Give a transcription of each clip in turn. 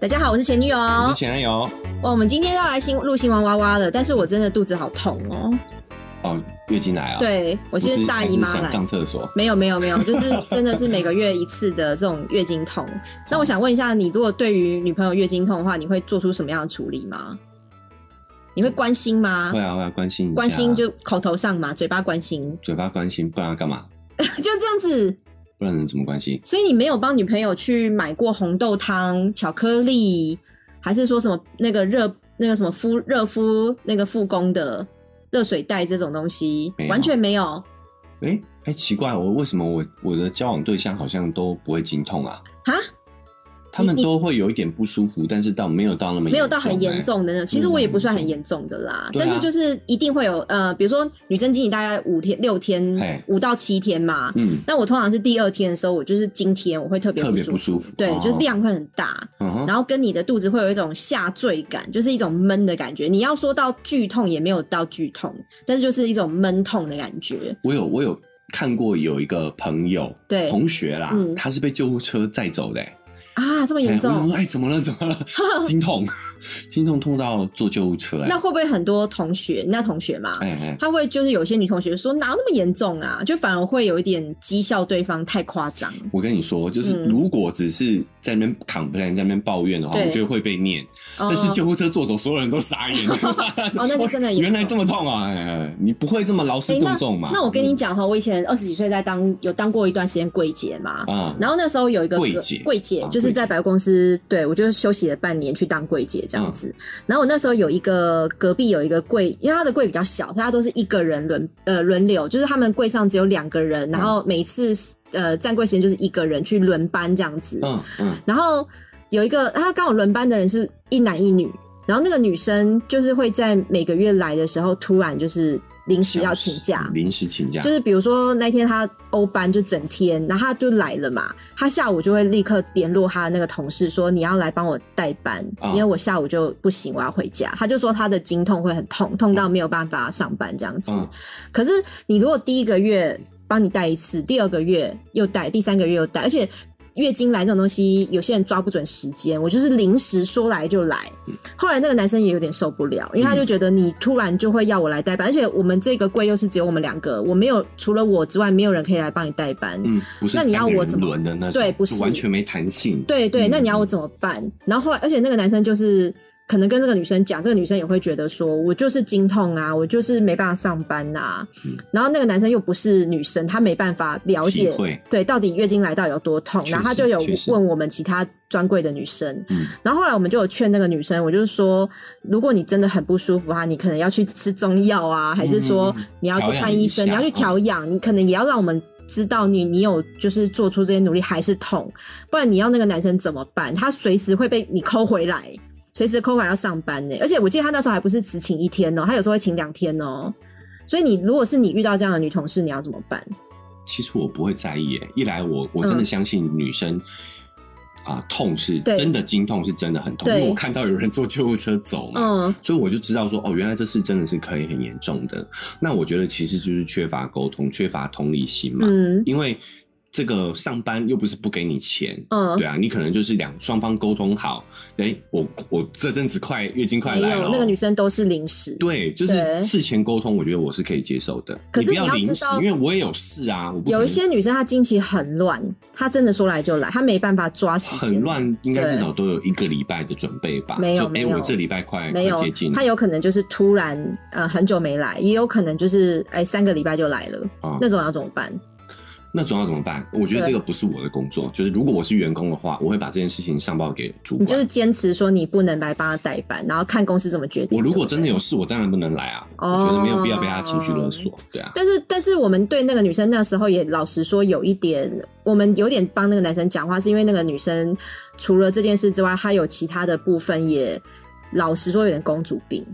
大家好，我是前女友。我是前男友。哇，我们今天要来新录新闻娃娃了，但是我真的肚子好痛哦。哦，月经来啊？，对，我我是大姨妈想来。上厕所。没有没有没 有，就是真的是每个月一次的这种月经痛。那我想问一下，你如果对于女朋友月经痛的话，你会做出什么样的处理吗？你会关心吗会？啊会啊，关心一下。关心就口头上嘛，嘴巴关心， 嘴巴关心，不然要干嘛？就这样子。不然能怎么关心？所以你没有帮女朋友去买过红豆汤、巧克力，还是说什么那个热那个什么敷热敷那个复工的热水袋这种东西没，有完全没有哎、哎、奇怪，我为什么我我的交往对象好像都不会经痛啊？啊？他们你都会有一点不舒服，但是到没有到那么没有到很严欸。重的那种，其实嗯我也不算很严重的啦，对啊但是就是一定会有呃，比如说女生经期大概五天、六天嘿、五到七天嘛。嗯，那我通常是第二天的时候，我就是今天我会特别特别不舒服，舒服。对，哦就是。量会很大，嗯哼，然后跟你的肚子会有一种下坠感，就是一种闷的感觉。你要说到剧痛也没有到剧痛，但是就是一种闷痛的感觉。我有我有看过有一个朋友对同学啦，嗯他是被救护车载走的、欸。啊，这么哎严我想重说，？哎，怎么了？怎么 了？经痛，经痛痛到坐救护车、欸。那会不会很多同学，那同学嘛，哎哎，他会就是有些女同学说哪有那么严重啊，就反而会有一点讥笑对方太夸张。我跟你说，就是嗯如果只是在那边 complain，在那边抱怨的话，对嗯我觉得会被念。但但是救护车坐走，所有人都傻 眼。 哦那就真的严重原来这么痛啊！哎哎你不会这么劳师动众嘛？那我跟你讲哈，我以前二十几岁在当有当过一段时间柜姐嘛。嗯啊，然后那时候有一个柜姐柜姐啊就是在柜姐百货公司，对我就休息了半年去当柜姐这样子。嗯然后我那时候有一个隔壁有一个柜，因为她的柜比较小，大家都是一个人轮呃轮流，就是他们柜上只有两个人，然后每次呃站柜时间就是一个人去轮班这样子。嗯嗯，然后有一个他刚好轮班的人是一男一女，然后那个女生就是会在每个月来的时候突然就是临时要请假。临时请假，就是比如说那天她欧班就整天，然后她就来了嘛，她下午就会立刻联络她的那个同事说你要来帮我代班，啊因为我下午就不行，我要回家。她就说她的经痛会很痛，痛到没有办法上班这样子。嗯可是你如果第一个月帮你带一次，第二个月又带，第三个月又带，而且月经来这种东西，有些人抓不准时间，我就是临时说来就来。后来那个男生也有点受不了，因为他就觉得你突然就会要我来代班，而且我们这个柜又是只有我们两个，我没有除了我之外，没有人可以来帮你代班。嗯，不是那你要三个人我怎么轮的那种，对不就是完全没弹性。对对，嗯那你要我怎么办？然后后来，而且那个男生就是可能跟这个女生讲，这个女生也会觉得说，我就是经痛啊，我就是没办法上班呐、嗯然后那个男生又不是女生，他没办法了体解会，对到底月经来到底有多痛，确实然后他就有确实问我们其他专柜的女生，嗯然后后来我们就有劝那个女生，我就是说，如果你真的很不舒服哈，你可能要去吃中药啊，还是说嗯你要去调养看医生，一你下嗯要去调养，你可能也要让我们知道你你有就是做出这些努力还是痛，不然你要那个男生怎么办？他随时会被你抠回来，随时抠回来要上班呢、而且我记得他那时候还不是只请一天哦、他有时候会请两天哦、所以你如果是你遇到这样的女同事，你要怎么办？其实我不会在意、欸，一来我嗯我真的相信女生啊、痛是对真的经痛是真的很痛，对因为我看到有人坐救护车走嘛，嗯，所以我就知道说，哦，原来这事真的是可以很严重的。那我觉得其实就是缺乏沟通，缺乏同理心嘛。嗯因为这个上班又不是不给你钱，嗯对，啊，你可能就是两双方沟通好，哎、我我这阵子快月经快没来有了，哦那个女生都是临时，对，就是对事前沟通，我觉得我是可以接受的。可是你不你要要知临时道，因为我也有事啊，我不可有一能些女生她经期很乱，她真的说来就来，她没办法抓时间，很，乱，应该对至少都有一个礼拜的准备吧？没有就哎、没有我这礼拜快没有快接近，她有可能就是突然呃很久没来，也有可能就是哎、三个礼拜就来了，啊、那种要怎么办？那总要怎么办？我觉得对这个不是我的工作，就是如果我是员工的话，我会把这件事情上报给主你就管。是坚持说你不能来帮她代班，然后看公司怎么决定。我如对果不对真的有事，我当然不能来啊！哦我觉得没有必要被他情绪勒索，对啊，但是，但是我们对那个女生那时候也老实说，有一点，我们有点帮那个男生讲话，是因为那个女生除了这件事之外，她有其他的部分也老实说有点公主病。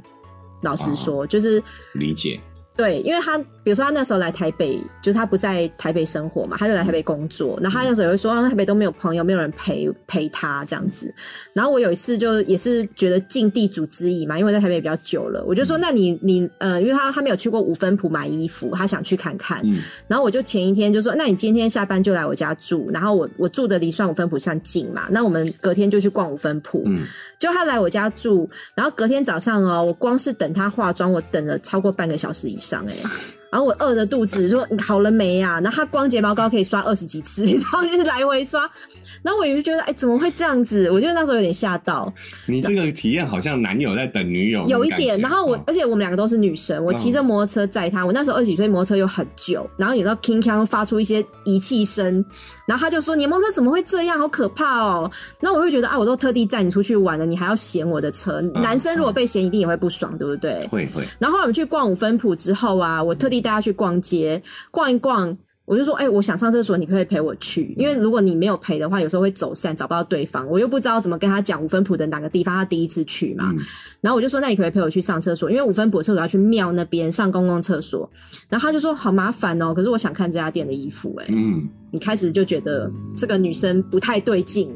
老实说，就是理解。对，因为他比如说他那时候来台北，就是他不在台北生活嘛，他就来台北工作。然后他那时候也会说，啊台北都没有朋友，没有人陪陪他这样子。然后我有一次就也是觉得尽地主之谊嘛，因为我在台北比较久了，我就说，嗯那你你呃，因为他他没有去过五分埔买衣服，他想去看看。嗯然后我就前一天就说，那你今天下班就来我家住，然后我我住的离算五分埔算近嘛，那我们隔天就去逛五分埔。嗯，就他来我家住，然后隔天早上哦，我光是等他化妆，我等了超过半个小时以上哎、然后我饿着肚子说你好了没呀、啊？然后他光睫毛膏可以刷二十几次，然后就是来回刷。然后我也就觉得，哎，怎么会这样子？我觉得那时候有点吓到，你这个体验好像男友在等女友，有一那种点。感觉嗯然后我，而且我们两个都是女生，我骑着摩托车载他。我那时候二十几岁，摩托车又很久，然后你知道 King Kang 发出一些仪器声，然后他就说：“你的摩托车怎么会这样？好可怕哦！”那我会觉得啊，我都特地载你出去玩了，你还要嫌我的车？嗯男生如果被嫌，一定也会不爽，对不对？会会，然后后来我们去逛五分埔之后啊，我特地带他去逛街，逛一逛，我就说，哎、我想上厕所，你可不可以陪我去，因为如果你没有陪的话，有时候会走散，找不到对方，我又不知道怎么跟他讲五分埔的哪个地方，他第一次去嘛。嗯然后我就说，那你可不可以陪我去上厕所？因为五分埔的厕所要去庙那边上公共厕所。然后他就说，好麻烦哦，可是我想看这家店的衣服、哎，嗯你开始就觉得这个女生不太对劲。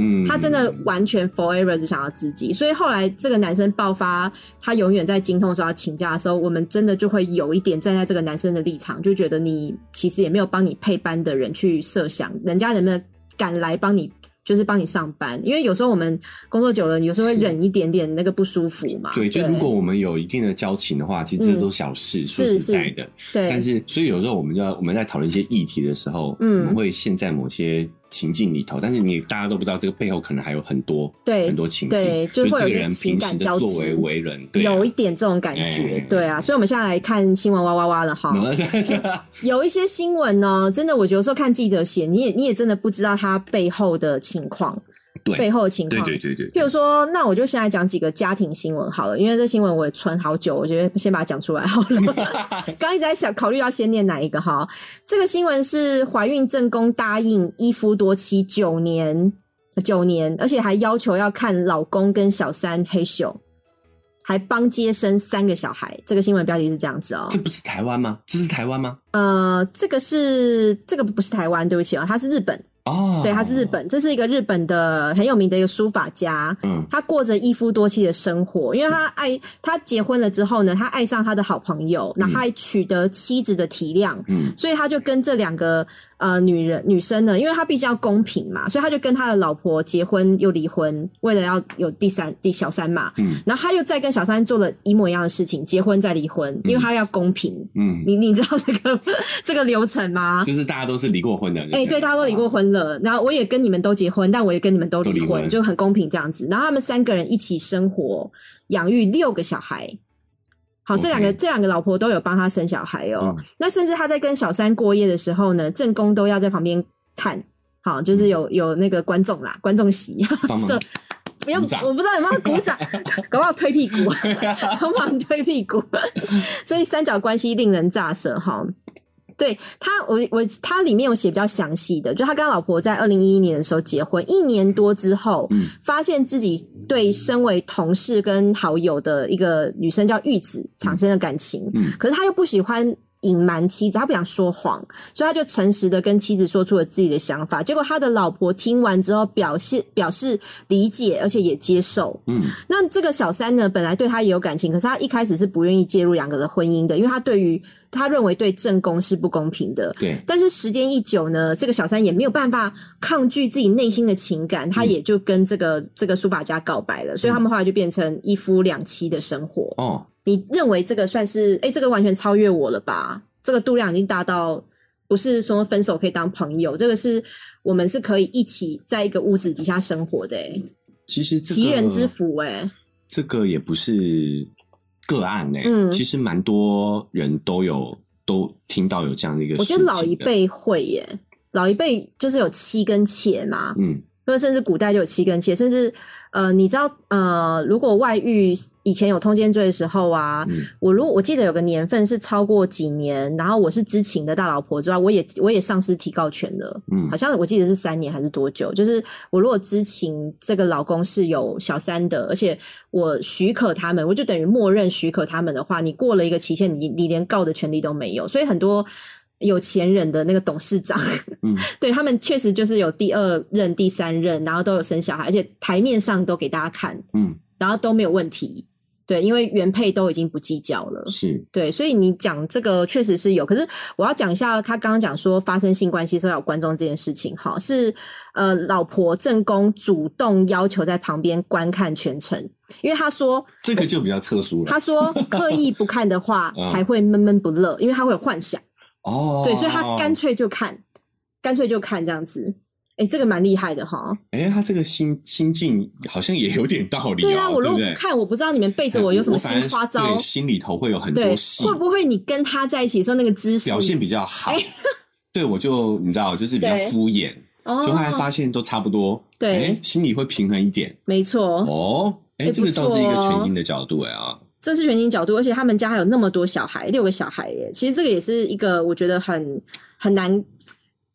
嗯，他真的完全 forever 只想要自己，所以后来这个男生爆发，他永远在经痛的时候要请假的时候，我们真的就会有一点站在这个男生的立场，就觉得你其实也没有帮你配班的人去设想，人家能不能赶来帮你，就是帮你上班，因为有时候我们工作久了，有时候会是忍一点点那个不舒服嘛。对，就如果我们有一定的交情的话，其实这都小事，说嗯是实是在的。对，但是，所以有时候我们就要我们在讨论一些议题的时候，嗯我们会陷在某些情境里头，但是你大家都不知道这个背后可能还有很多对很多情境，对就就会有这个一些人情平感时的交作织为为人，对啊、有一点这种感觉哎，对啊，所以我们现在来看新闻哇哇哇了哈。有一些新闻呢，真的，我有时候看记者写，你也你也真的不知道他背后的情况， 对 背后的情对况。对对对譬对，如说，那我就先来讲几个家庭新闻好了，因为这新闻我也存好久，我觉得先把它讲出来好 了。刚一直在想考虑要先念哪一个哈。这个新闻是怀孕正宫答应一夫多妻九年，九年，而且还要求要看老公跟小三黑咻，还帮接生三个小孩。这个新闻标题是这样子哦、这不是台湾吗？这是台湾吗？呃，这个是这个不是台湾，对不起啊、它是日本，哦，对，它是日，本，这是一个日本的很有名的一个书法家，嗯他过着一夫多妻的生活，因为他爱他结婚了之后呢，他爱上他的好朋友，那他还取得妻子的体谅，嗯所以他就跟这两个呃女人女生呢，因为他毕竟要公平嘛，所以他就跟他的老婆结婚又离婚，为了要有第三第小三嘛，嗯然后他又再跟小三做了一模一样的事情，结婚再离婚，因为他要公平。嗯，你你知道这个这个流程吗？就是大家都是离过婚的，哎、对，大家都离过，婚了，然后我也跟你们都结婚，但我也跟你们都离都离婚就很公平这样子。然后他们三个人一起生活，养育六个小孩。好，这两个 OK 这两个老婆都有帮他生小孩哦。嗯那甚至他在跟小三过夜的时候呢，正宫都要在旁边看。好，就是有有那个观众啦，观众席帮忙设，不用，鼓掌我不知道有没有鼓掌， 搞不好推屁股，帮忙推屁股，所以三角关系令人咋舌哈。对他，我我他里面有写比较详细的，就他跟他老婆在二零一一年的时候结婚，一年多之后，嗯发现自己对身为同事跟好友的一个女生叫玉子产生了感情，嗯可是他又不喜欢隐瞒妻子，他不想说谎，所以他就诚实的跟妻子说出了自己的想法。结果他的老婆听完之后表现表示理解，而且也接受。嗯那这个小三呢，本来对他也有感情，可是他一开始是不愿意介入两个人的婚姻的，因为他对于他认为对正宫是不公平的。对，但是时间一久呢，这个小三也没有办法抗拒自己内心的情感，嗯他也就跟这个、这个书法家告白了，所以他们后来就变成一夫两妻的生活。哦，你认为这个算是？哎、这个完全超越我了吧？这个度量已经大到不是说分手可以当朋友，这个是我们是可以一起在一个屋子底下生活的、诶其实这个奇人之福、欸诶这个也不是个案呢、嗯其实蛮多人都有都听到有这样的一个我事觉情的。得老一辈会耶、老一辈就是有妻跟妾嘛，嗯，或者甚至古代就有妻跟妾，甚至呃，你知道呃，如果外遇以前有通奸罪的时候啊，嗯我如我记得有个年份是超过几年，然后我是知情的大老婆之外，我也我也丧失提告权了。嗯好像我记得是三年还是多久？就是我如果知情这个老公是有小三的，而且我许可他们，我就等于默认许可他们的话，你过了一个期限，你你连告的权利都没有。所以很多有钱人的那个董事长，嗯， 对他们确实就是有第二任、第三任，然后都有生小孩，而且台面上都给大家看，嗯，然后都没有问题。对，因为原配都已经不计较了。是，对，所以你讲这个确实是有，可是我要讲一下，他刚刚讲说发生性关系骚扰观众这件事情，哈，是呃，老婆正宫主动要求在旁边观看全程，因为他说这个就比较特殊了他。 说刻意不看的话嗯才会闷闷不乐，因为他会有幻想，哦，对，所以他干，脆就看，干脆就看这样子，哎，这个蛮厉害的哈，哎，他这个心心境好像也有点道理哦，对啊，我如对不果对不？看，我不知道你们背着我有什么我反新而花招对，心里头会有很对多，戏，会不会你跟他在一起的时候那个姿势表现比较好哎。对，我就你知道，就是比较对敷衍，哦就后来发现都差不多，对哎心里会平衡一点。没错，哦，哎，哎这个不错倒是一个哦全新的角度哎啊，这是全新角度，而且他们家还有那么多小孩，六个小孩耶。其实这个也是一个我觉得很很难，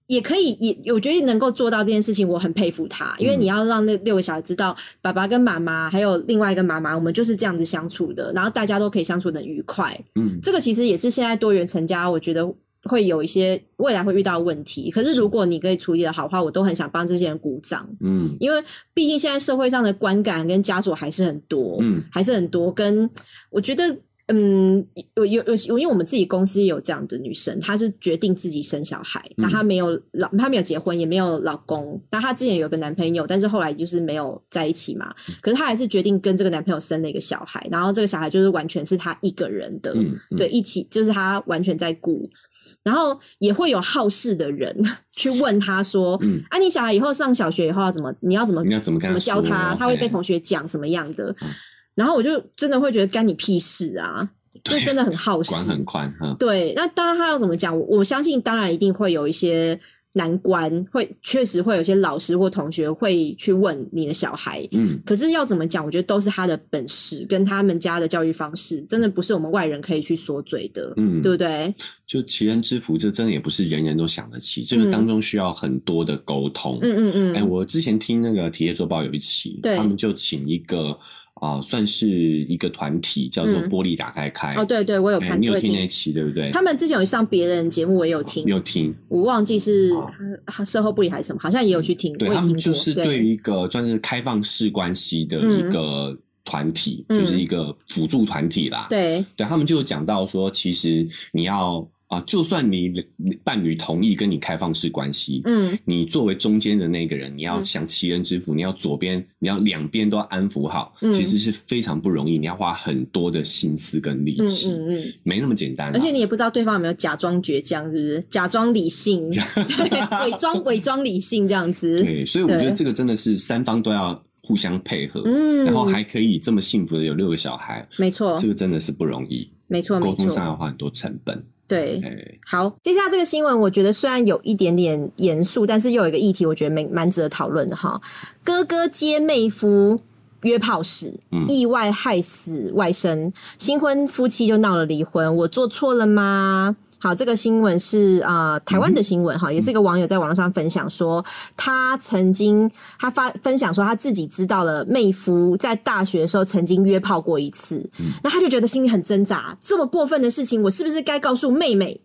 也可以也我觉得能够做到这件事情，我很佩服他，因为嗯你要让那六个小孩知道，爸爸跟妈妈还有另外一个妈妈，我们就是这样子相处的，然后大家都可以相处的愉快。嗯，这个其实也是现在多元成家，我觉得会有一些未来会遇到的问题。可是如果你可以处理的好的话，我都很想帮这些人鼓掌，嗯因为毕竟现在社会上的观感跟枷锁还是很多。嗯还是很多。跟我觉得，嗯，有有有，因为我们自己公司也有这样的女生，她是决定自己生小孩，那嗯她没有老，她没有结婚，也没有老公。那她之前有个男朋友，但是后来就是没有在一起嘛。嗯可是她还是决定跟这个男朋友生了一个小孩，然后这个小孩就是完全是她一个人的，嗯，嗯对，，一起就是她完全在顾。然后也会有好事的人 去问她说：“嗯啊，你小孩以后上小学以后要怎么？你要怎么你要怎么跟怎么教说他，他会被哎同学讲什么样的嗯。然后我就真的会觉得干你屁事啊，就对真的很好事。管很宽哈，对，那当然他要怎么讲，我我相信当然一定会有一些难关，会确实会有些老师或同学会去问你的小孩。嗯可是要怎么讲，我觉得都是他的本事跟他们家的教育方式，真的不是我们外人可以去说嘴的，嗯，对不对？就其人之福，这真的也不是人人都想得起，这个嗯当中需要很多的沟通。嗯嗯嗯，哎、我之前听那个《体液周报》有一期，对他们就请一个啊、算是一个团体，叫做嗯“玻璃打开开”哦，对对，我有哎看，你有我听那一期对不对？他们之前有上别人的节目，我也有听你，有听，我忘记是哦他售后不理还是什么，好像也有去听，对我也他听过。们就是对于一个算是开放式关系的嗯一个团体，嗯就是一个辅助团体啦。对对他们就有讲到说，其实你要啊、就算你伴侣同意跟你开放式关系，嗯你作为中间的那个人，你要嗯想齐人之福，你要左边，你要两边都要安抚好，嗯其实是非常不容易，你要花很多的心思跟力嗯气，嗯嗯，没那么简单、啊。而且你也不知道对方有没有假装倔强，是不是？假装理 性，对伪装伪装理性这样子。对，所以我觉得对这个真的是三方都要互相配合，嗯，然后还可以这么幸福的有六个小孩，没错这，个真的是不容易，嗯没错，嗯沟没通上错，要花很多成本。对。哎，好，接下来这个新闻，我觉得虽然有一点点严肃，但是又有一个议题，我觉得蛮蛮值得讨论的哈。哥哥接妹夫约炮时，嗯意外害死外甥，新婚夫妻就闹了离婚，我做错了吗？好，这个新闻是啊、呃台湾的新闻哈，嗯也是一个网友在网络上分享说，他曾经他发分享说他自己知道了妹夫在大学的时候曾经约炮过一次，嗯那他就觉得心里很挣扎，这么过分的事情，我是不是该告诉妹妹？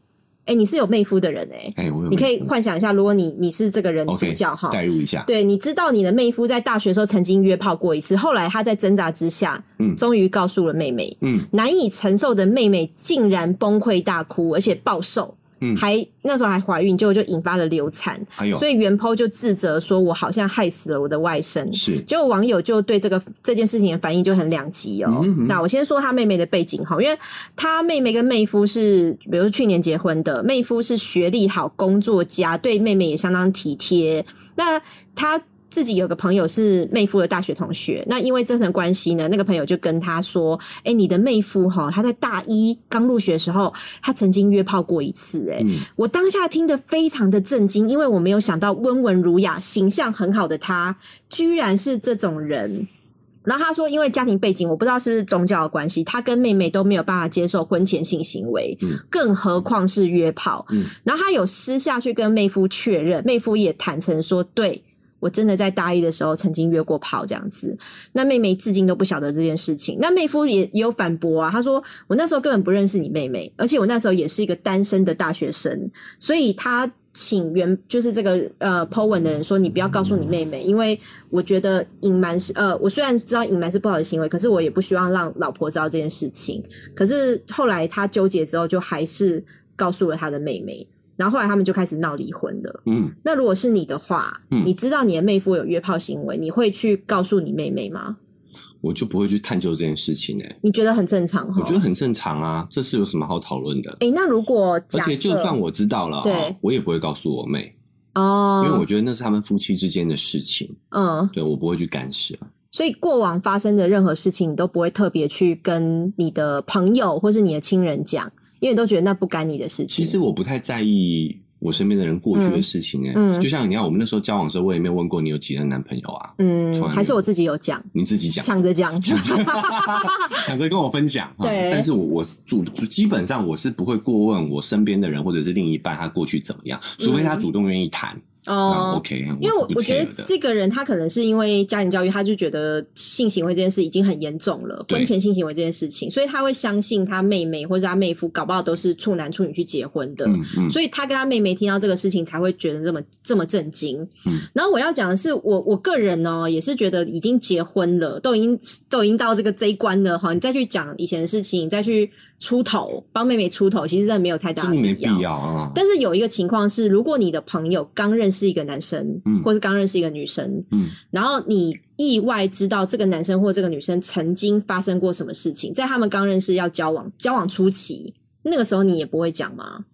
哎、你是有妹夫的人哎、哎，我有你可以幻想一下，如果你你是这个人主 OK 角哈代入一下，对，你知道你的妹夫在大学的时候曾经约炮过一次，后来他在挣扎之下，嗯终于告诉了妹妹，嗯难以承受的妹妹竟然崩溃大哭，而且暴瘦，嗯还那时候还怀孕，结果就引发了流产，还有所以袁剖就自责说，我好像害死了我的外甥。是结果网友就对这个这件事情的反应就很两极哦。嗯哼哼那我先说他妹妹的背景哈，因为他妹妹跟妹夫是，比如说去年结婚的，妹夫是学历好、工作家，对妹妹也相当体贴。那他自己有个朋友是妹夫的大学同学，那因为这层关系呢，那个朋友就跟他说：“哎、你的妹夫哈，他在大一刚入学的时候，他曾经约炮过一次、诶哎、嗯我当下听得非常的震惊，因为我没有想到温文儒雅、形象很好的他，居然是这种人。然后他说，因为家庭背景，我不知道是不是宗教的关系，他跟妹妹都没有办法接受婚前性行为，嗯更何况是约炮。嗯然后他有私下去跟妹夫确认，妹夫也坦诚说，对我真的在大一的时候曾经约过炮这样子。那妹妹至今都不晓得这件事情。那妹夫也也有反驳啊，他说我那时候根本不认识你妹妹，而且我那时候也是一个单身的大学生，所以他请原就是这个呃 Po 文的人说你不要告诉你妹妹，因为我觉得隐瞒是呃，我虽然知道隐瞒是不好的行为，可是我也不希望让老婆知道这件事情。可是后来他纠结之后，就还是告诉了他的妹妹。然后后来他们就开始闹离婚了。嗯，那如果是你的话，嗯你知道你的妹夫有约炮行为，你会去告诉你妹妹吗？我就不会去探究这件事情哎、你觉得很正常哈？我觉得很正常啊，这是有什么好讨论的？哎，那如果而假且就设算我知道了、对哦，我也不会告诉我妹，哦，因为我觉得那是他们夫妻之间的事情，嗯，对我不会去干涉。所以过往发生的任何事情，你都不会特别去跟你的朋友或是你的亲人讲，因为你都觉得那不干你的事其情。实我不太在意我身边的人过去的事情、欸，哎、嗯嗯就像你看我们那时候交往的时候，我也没有问过你有几任男朋友啊，从嗯，来没有还是我自己有讲，你自己讲，抢着讲。抢着 抢着跟我分享。哈对但是我我主主基本上我是不会过问我身边的人或者是另一半他过去怎么样，除非他主动愿意谈。那 嗯哦， OK，因为我是不我觉 care 得的。这个人他可能是因为家庭教育，他就觉得性行为这件事已经很严重了，对婚前性行为这件事情，所以他会相信他妹妹或者他妹夫，搞不好都是处男处女去结婚的。嗯嗯所以他跟他妹妹听到这个事情才会觉得这么这么震惊。嗯然后我要讲的是，我我个人呢、也是觉得已经结婚了，都已经都已经到这个这一关了哈，你再去讲以前的事情，你再去出头帮妹妹出头，其实真的没有太大真的的没必要啊。但是有一个情况是，如果你的朋友刚认识一个男生，嗯或是刚认识一个女生，嗯然后你意外知道这个男生或这个女生曾经发生过什么事情，在他们刚认识要交往交往初期，那个时候你也不会讲吗？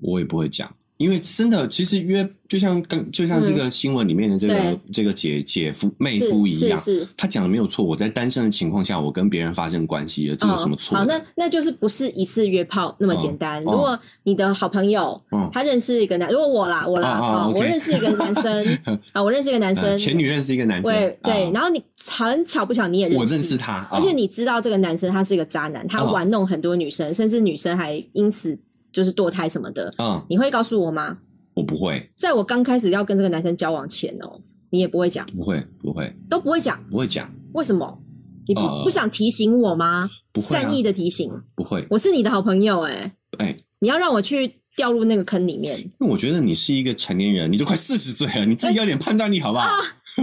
我也不会讲，因为真的，其实约就像刚就像这个新闻里面的这个、嗯对这个姐姐夫妹是夫一样，是是，他讲的没有错。我在单身的情况下，我跟别人发生关系了，这有什么错哦？好，的？那那就是不是一次约炮那么简单。哦如果你的好朋友、嗯他认识一个男，如果我啦，我啦，哦哦啊、 OK 我认识一个男生 啊，我认识一个男生，呃前女认识一个男生，对对、啊然后你很巧不巧你也认识，我认识他，啊而且你知道这个男生他是一个渣男，他哦玩弄很多女生，甚至女生还因此就是堕胎什么的，嗯，你会告诉我吗？我不会，在我刚开始要跟这个男生交往前哦、你也不会讲，不会，不会，都不会讲，不会讲，为什么？你不、呃不想提醒我吗？不会、啊，善意的提醒，不会，我是你的好朋友哎、哎、你要让我去掉入那个坑里 面，因为我觉得你是一个成年人，你都快四十岁了，你自己有点判断力好不啊好？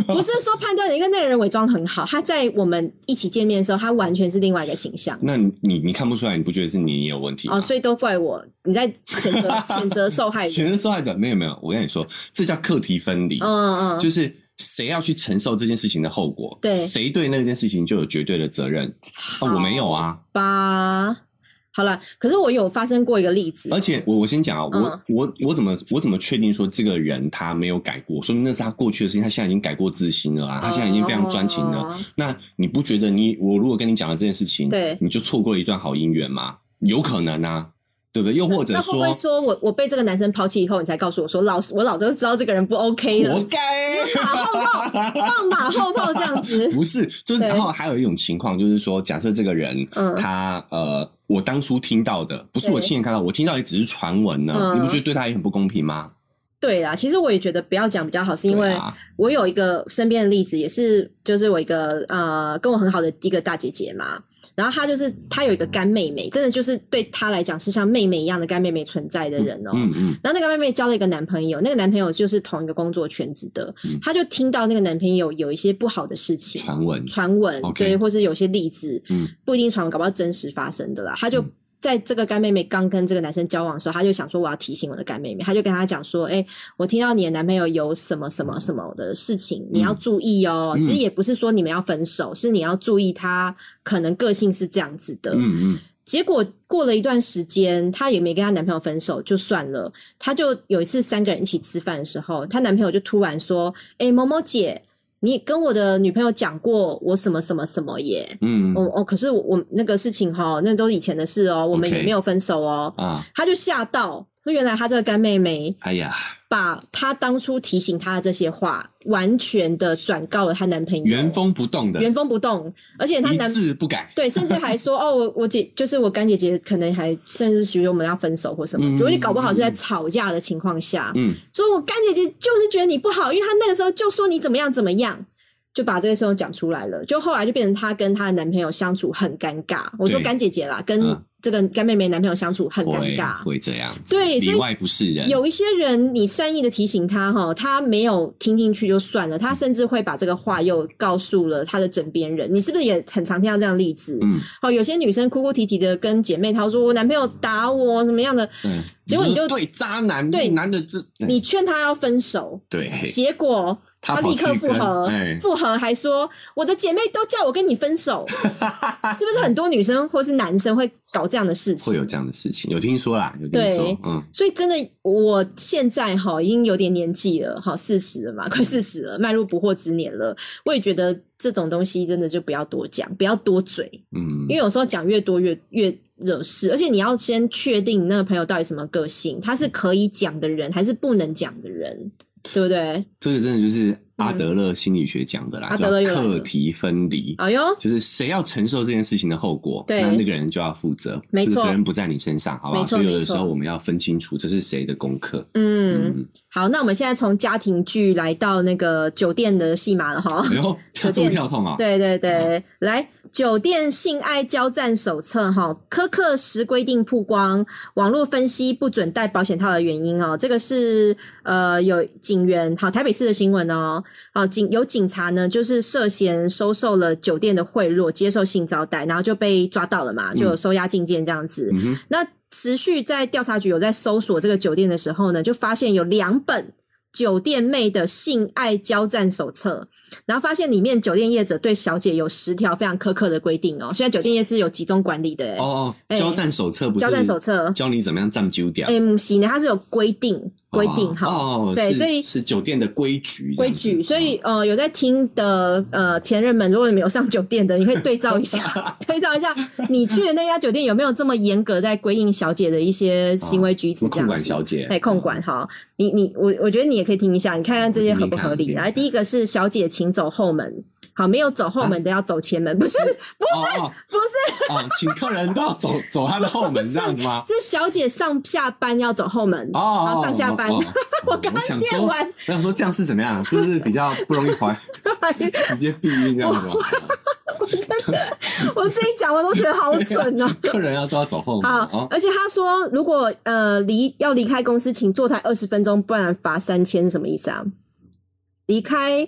不是说判断的，因为那个人伪装得很好，他在我们一起见面的时候，他完全是另外一个形 象。那你你你看不出来，你不觉得是你有问题吗？哦，所以都怪我，你在谴 责谴责受害前人。任受害者没有没有，我跟你说，这叫课题分离，嗯嗯，就是谁要去承受这件事情的后果，对谁对那件事情就有绝对的责任。啊，我没有啊，吧。好了，可是我有发生过一个例子，而且我我先讲啊，嗯我、我我怎么我怎么确定说这个人他没有改过？说明那是他过去的事情，他现在已经改过自新了啊，他现在已经非常专情了。哦那你不觉得你我如果跟你讲了这件事情，对你就错过了一段好姻缘吗？有可能啊，对不对？又或者那会不会说我我被这个男生抛弃以后，你才告诉我说老师我老早就知道这个人不 OK 活了，该。 马后炮放马后炮这样 子？不是，就是对然后还有一种情况，就是说，假设这个人，嗯他呃，我当初听到的，不是对我亲眼看到，我听到也只是传闻呢，嗯你不觉得对他也很不公平吗？对啦，其实我也觉得不要讲比较好，是因对为啊，我有一个身边的例子，也是就是我一个呃跟我很好的一个大姐姐嘛，然后她就是她有一个干妹妹，真的就是对她来讲是像妹妹一样的干妹妹存在的人哦、嗯嗯然后那个妹妹交了一个男朋友，那个男朋友就是同一个工作圈子的嗯，她就听到那个男朋友有一些不好的事情，传闻，传闻 OK 对，或是有些例子，嗯不一定传闻，搞不好真实发生的啦。她就嗯在这个干妹妹刚跟这个男生交往的时候，她就想说我要提醒我的干妹妹，她就跟她讲说，哎、我听到你的男朋友有什么什么什么的事情，你要注意哦。嗯其实也不是说你们要分手，是你要注意他可能个性是这样子的。嗯嗯，结果过了一段时间，她也没跟她男朋友分手，就算了。她就有一次三个人一起吃饭的时候，她男朋友就突然说：“哎、某某姐，你跟我的女朋友讲过我什么什么什么耶？嗯哦哦，可是我我那个事情哈，那都是以前的事哦，我们 OK 也没有分手哦。啊，她就吓到，那原来他这个干妹妹，哎呀，把她当初提醒她的这些话，完全的转告了她男朋友，原封不动的，原封不动，而且她一男字不改。对，甚至还说哦，我我姐就是我干姐姐，可能还甚至许我们要分手或什么，嗯而且搞不好是在吵架的情况下，嗯，说我干姐姐就是觉得你不好，因为她那个时候就说你怎么样怎么样，就把这个事情讲出来了。就后来就变成她跟她的男朋友相处很尴尬。我说对干姐姐啦，跟嗯这个干妹妹男朋友相处很尴会尬。会这样子，对所以里外不是人。有一些人，你善意的提醒他哈，他没有听进去就算了，他甚至会把这个话又告诉了他的枕边人。你是不是也很常听到这样的例子？嗯，哦，有些女生哭哭啼啼的跟姐妹她说：“我男朋友打我，怎么样的对。结果你就说对渣男，对男的这？”你劝她要分手，对，结果他跑立去刻复跟合哎，，复合还说我的姐妹都叫我跟你分 手，是不是很多女生或是男生会搞这样的事会有情？这样的事情，有听说啦，有听对说，嗯，所以真的，我现在哈已经有点年纪了，哈四十了嘛，快四十了，迈入不惑之年了。我也觉得这种东西真的就不要多讲，不要多嘴，嗯因为，有时候讲越多越越惹事，而且你要先确定你那个朋友到底什么个性，他是可以讲的人还是不能讲的人，对不对？这个真的就是阿德勒心理学讲的啦，阿德勒又叫来了课题分离。哎呦，就是谁要承受这件事情的后果，对那那个人就要负责，没错这个责任不在你身上，好不没好？错所以有的没错时候我们要分清楚这是谁的功课。嗯嗯，好，那我们现在从家庭剧来到那个酒店的戏码了哈。 然后酒哎跳这店么跳痛啊？对对对，来酒店性爱交战手册哈，苛刻时规定曝光，网络分析不准戴保险套的原因哦，这个是呃有警员好台北市的新闻哦，好警有警察呢就是涉嫌收受了酒店的贿赂，接受性招待，然后就被抓到了嘛，就有收押禁见这样子。嗯哼，那持续在调查局有在搜索这个酒店的时候呢，就发现有两本酒店妹的性爱交战手册，然后发现里面酒店业者对小姐有十条非常苛刻的规定哦。现在酒店业是有集中管理的、欸，哦哦，哎交战手册不是交战手册。教你怎么样占酒点？ M 型呢，它是有规定规定哦哈。哦，对是所以是酒店的规矩这规样子，哦矩，所以呃，有在听的呃前任们，如果你们有上酒店的，你可以对照一 下，对照一下你去的那家酒店有没有这么严格在规定小姐的一些行为举哦什止这么控样管子。小姐，哎，控管哈，你你我我觉得你也可以听一下，你看看这些合不合我听理。听看来，第一个是小姐，请走后门。好，没有走后门的要走前门，不是不啊是不是，哦，请客人都 要走走他的后门这样子吗？是小姐上下班要走后门。哦哦，好哦上下班 哦我刚我想念说，我完想说这样是怎么样？就是比较不容易怀， 直接避孕这样子吗？我自己讲我都觉得好蠢哦。客人要都要走后门好哦，，而且他说，如果呃离要离开公司，请坐台二十分钟，不然罚三千，是什么意思啊？离开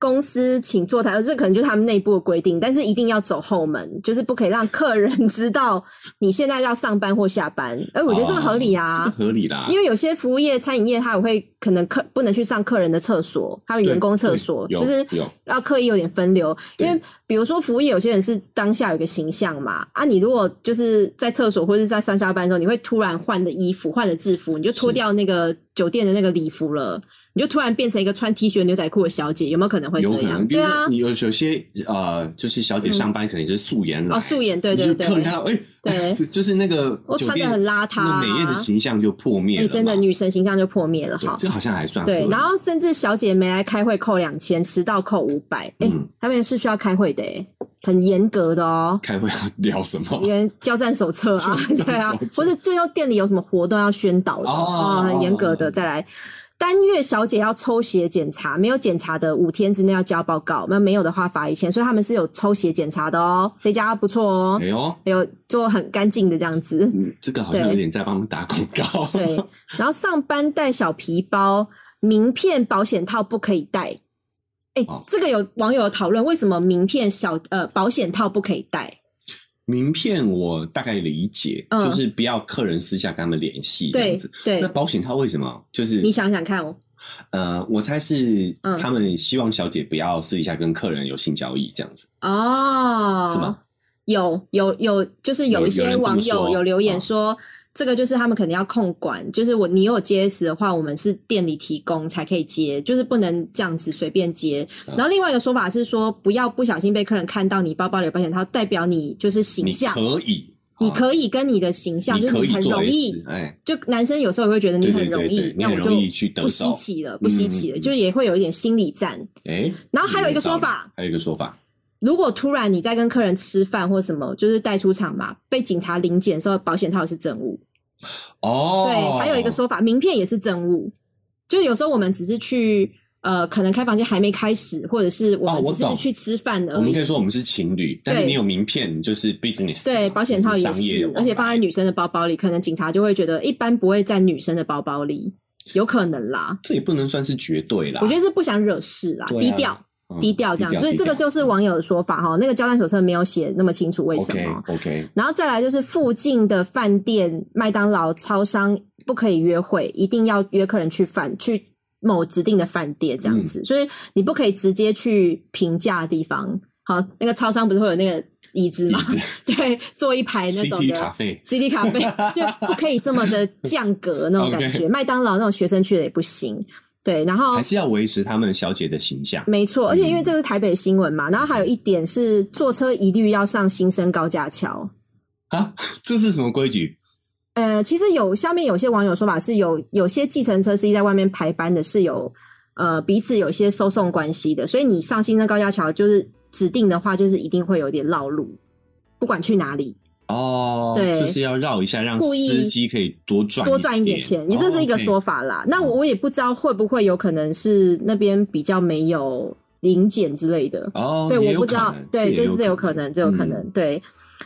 公司请坐台，这可能就是他们内部的规定，但是一定要走后门，就是不可以让客人知道你现在要上班或下班。哎、我觉得这个合理哦啊。这个合理啦，因为有些服务业、餐饮业，他也会可能客不能去上客人的厕所，他们员工厕所对就有是有要刻意有点分流，因对为比如说服务业有些人是当下有个形象嘛，啊，你如果就是在厕所或者是在上下班的时候，你会突然换的衣服、换的制服，你就脱是掉那个酒店的那个礼服了，你就突然变成一个穿 T 恤、牛仔裤的小姐，有没有可能会有这可样？能，比对如啊说，你有有些呃，就是小姐上班可能就是素颜来哦，素颜，对对就是客人看对，到哎，对就就是那个我酒穿的店很邋遢、那啊，美艳的形象就破灭哎、了嘛，真的女神形象就破灭了对哈。这好像还算合对，理然后甚至小姐没来开会扣两千，迟到扣五百，哎嗯，他们是需要开会的、哎，很严格的哦、开会要聊什么？连交战手册 啊哦交战，手册对啊，或是最后店里有什么活动要宣导的哦哦，很严格的。再来，单月小姐要抽血检查，没有检查的五天之内要交报告，那没有的话罚一千，所以他们是有抽血检查的哦，这家不错哦哎，呦，有做很干净的这样子。嗯，这个好像对有点在帮我们打广告。对，然后上班带小皮包、名片、保险套不可以带。哎、哦这个有网友讨论为什么名片小呃保险套不可以带？ 名片我大概理解，嗯就是不要客人私下跟他们联系这对样子。那对，保险套为什么？就是你想想看哦，呃，我猜是嗯他们希望小姐不要私底下跟客人有性交易这样子，哦，是吗？有有有，就是有有一有些人这么网友说有留言啊说，这个就是他们肯定要控管，就是我你有接 S 的话，我们是店里提供才可以接，就是不能这样子随便接。啊然后另外一个说法是说，不要不小心被客人看到你包包里有保险套，代表你就是形你象。可以你可以跟你的形象，啊你就是可你以很做容 S，易，哎，就男生有时候也会觉得你对对很容对易对，你那很我容易就去得不稀手奇了，不稀奇了，嗯嗯嗯就也会有一点心理战。哎，然后还有一个说有道法理，，还有一个说法，如果突然你在跟客人吃饭或什么，就是带出场嘛，被警察临检的时候，保险套也是证物。哦，对，还有一个，说法，名片也是证物。就有时候我们只是去呃，可能开房间还没开始，或者是我哦们我只是懂去吃饭而我们已。可以说我们是情侣，但是你有名片，你就是 business，对，保险套也嗯商业的是往，来，而且放在女生的包包里，可能警察就会觉得一般不会在女生的包包里，有可能啦。这也不能算是绝对啦，我觉得是不想惹事啦，对啊低调嗯低调这样，所以低这个调嗯就是网友的说法哈。那个交战手册没有写那么清楚为什么。 OK OK，然后再来就是附近的饭店、麦当劳、超商不可以约会，一定要约客人去饭去某指定的饭店这样嗯子，所以你不可以直接去平价的地方。好，那个超商不是会有那个椅子吗？ 对，坐一排哎那种 CT 咖的。啡 CD 咖啡就不可以这么的降格那种感觉，麦当劳那种学生去的也不行。对，然后还是要维持他们小姐的形象，没错，而且因为这是台北新闻嘛，然后还有一点是坐车一律要上新生高架桥。这是什么规矩？呃，其实有下面有些网友说法是有有些计程车司机在外面排班的，是有呃彼此有一些收送关系的，所以你上新生高架桥就是指定的话，就是一定会有点绕路，不管去哪里哦，对就是要绕一下，让故意司机可以多赚哦多赚一点钱，你这是一个说法。法啦。那我我也不知道会不会有可能是那边比较没有临检之类的，哦，对，也我有不知可道能，嗯对，也就是这有可能，这有可能，对。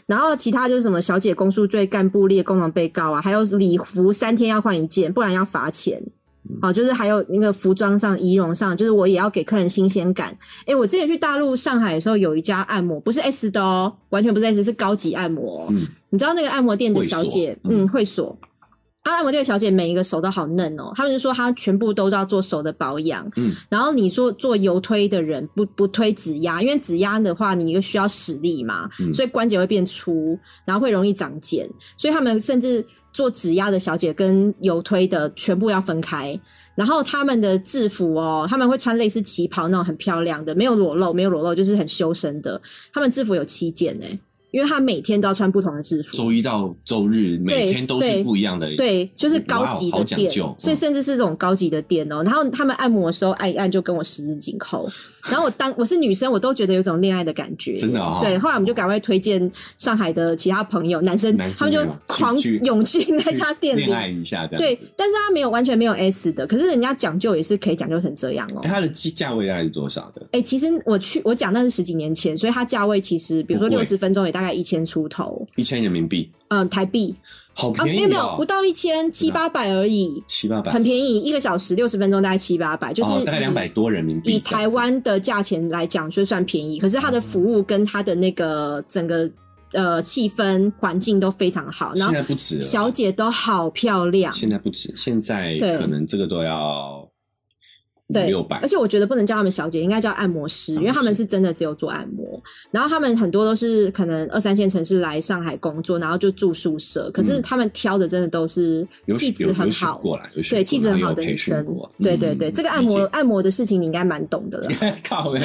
然后其他就是什么小姐公诉罪、干部列功能被告啊，还有礼服三天要换一件，不然要罚钱。嗯好、就是还有那个服装上、仪容上，就是我也要给客人新鲜感。诶，我之前去大陆上海的时候，有一家按摩，不是 S 的哦，完全不是 S，是高级按摩哦、嗯你知道那个按摩店的小姐，会所嗯嗯，会所，她按摩店的小姐每一个手都好嫩哦，他们就说她全部都要做手的保养，嗯，然后你说做油推的人不不推指压，因为指压的话你又需要使力嘛，嗯所以关节会变粗，然后会容易长茧，所以他们甚至做指压的小姐跟油推的全部要分开。然后他们的制服哦，他们会穿类似旗袍那种很漂亮的，没有裸露，没有裸露，就是很修身的。他们制服有七件哎、因为他每天都要穿不同的制服。周一到周日每天都是对不一样的，，对，就是高级哇哦好的讲店，究嗯所以甚至是这种高级的店哦、然后他们按摩的时候按一按就跟我十指紧扣，然后我当我是女生，我都觉得有一种恋爱的感觉。真的哦对，后来我们就赶快推荐上海的其他朋友，男生男生他们就朋友狂去去涌进那家店里恋。爱一下这样对子。，但是他没有完全没有 S 的，可是人家讲究也是可以讲究成这样哦、哎，它的价价位大概是多少的？哎、其实我去我讲那是十几年前，所以它价位其实比如说不贵六十分钟也大概一千出头，一千人民币，嗯，台币好啊，没便有宜没有不哦，到一千七八百而已。七八百很，便宜，一个小时六十分钟大概七八百，就是以、哦大概两百多人民以币这样子。台湾的价钱来讲，就算便宜，可是它的服务跟它的那个整个呃气氛环境都非常好，然现后在不止了，小姐都好漂亮，现在不止，现在对可能这个都要五对，六百而，且我觉得不能叫他们小姐，应该叫按摩师，按摩因为他们是真的只有做按摩。然后他们很多都是可能二三线城市来上海工作，然后就住宿舍，可是他们挑的真的都是嗯有气有质有很选好。过来，有选对过气质很然后好有的培女训生过，对对对，嗯这个按摩理解按摩的事情你应该蛮懂的 了。靠呗，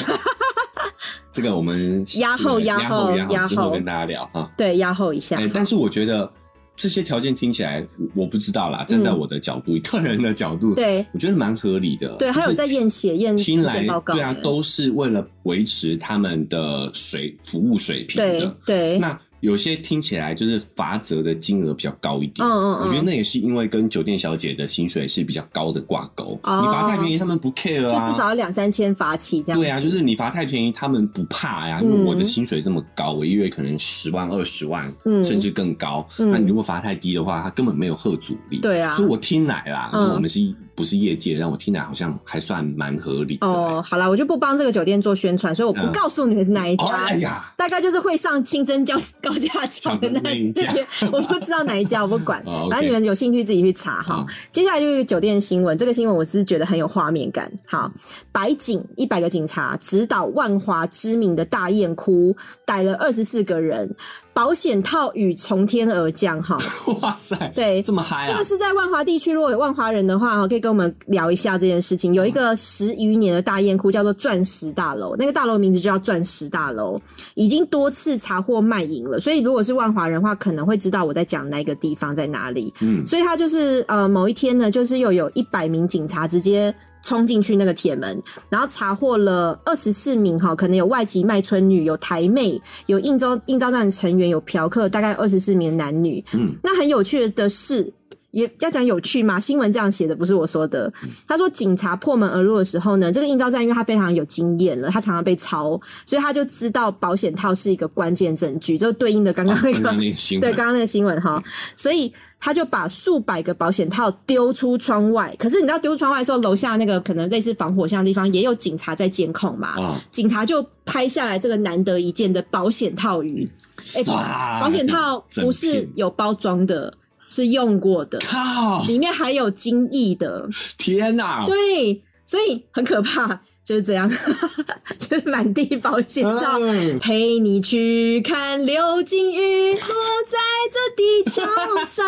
这个我们 压后压压后后压压之后后跟大家聊哈。对，压后一下。哎、但是我觉得这些条件听起来，我不知道啦，站在我的角度，以个人的角度，，嗯对我觉得蛮合理的。对，就是还有在验血验体听来检报告的，对啊，都是为了维持他们的水服务水平对的。对，那有些听起来就是罚则的金额比较高一点，嗯嗯嗯，我觉得那也啊是因为跟酒店小姐的薪水是比较高的挂钩。哦你罚太便宜，他们不 care 啊，就至少要两三千罚起这样子。对啊，就是你罚太便宜，他们不怕呀、因为嗯我的薪水这么高，我一月可能十万、二十万，嗯甚至更高。嗯那你如果罚太低的话，他根本没有贺阻力。、对啊所以。我听来啦，嗯我们是不是业界？让我听来好像还算蛮合理的、欸哦，好啦，我就不帮这个酒店做宣传，所以我不嗯告诉你们是哪一欸。家。哦，哎呀，大概就是会上清真教高架桥的那那一家那边， 我不知道哪一家，我不管，哦，OK 嗯反正你们有兴趣自己去查哈。接下来就是一个酒店新闻，这个新闻我是觉得很有画面感。好，白警一百个警察指导万华知名的大雁窟逮了二十四个人，保险套雨从天而降哈。 哇塞，对这么嗨这啊个！是在万华地区，如果有万华人的话，哈，可以跟我们聊一下这件事情。有一嗯个十余年的大宴窟，叫做钻石大楼，那个大楼名字就叫钻石大楼，已经多次查获卖淫了。所以如果是万华人的话，可能会知道我在讲哪一个地方在哪里。嗯，所以他就是呃某一天呢，就是又有一百名警察直接冲进去那个铁门，然后查获了二十四名哈，可能有外籍卖春女、有台妹、有应招应招站成员、有嫖客，大概二十四名男女。嗯，那很有趣的是。也要讲有趣吗？新闻这样写的，不是我说的。他说，警察破门而入的时候呢，这个应招站因为他非常有经验了，他常常被抄，所以他就知道保险套是一个关键证据，就对应的刚刚那个刚刚啊那个新对，闻，刚刚那个新闻哈，所以他就把数百个保险套丢出窗外。可是你知道丢出窗外的时候，楼下那个可能类似防火巷的地方也有警察在监控嘛，啊，警察就拍下来这个难得一见的保险套鱼。哎唰保险套整不是片有包装的，是用过的，靠！里面还有精液的，天哪！对，所以很可怕，就是这样， 就是满地保险套。嗯陪你去看流金雨落在这地球 上。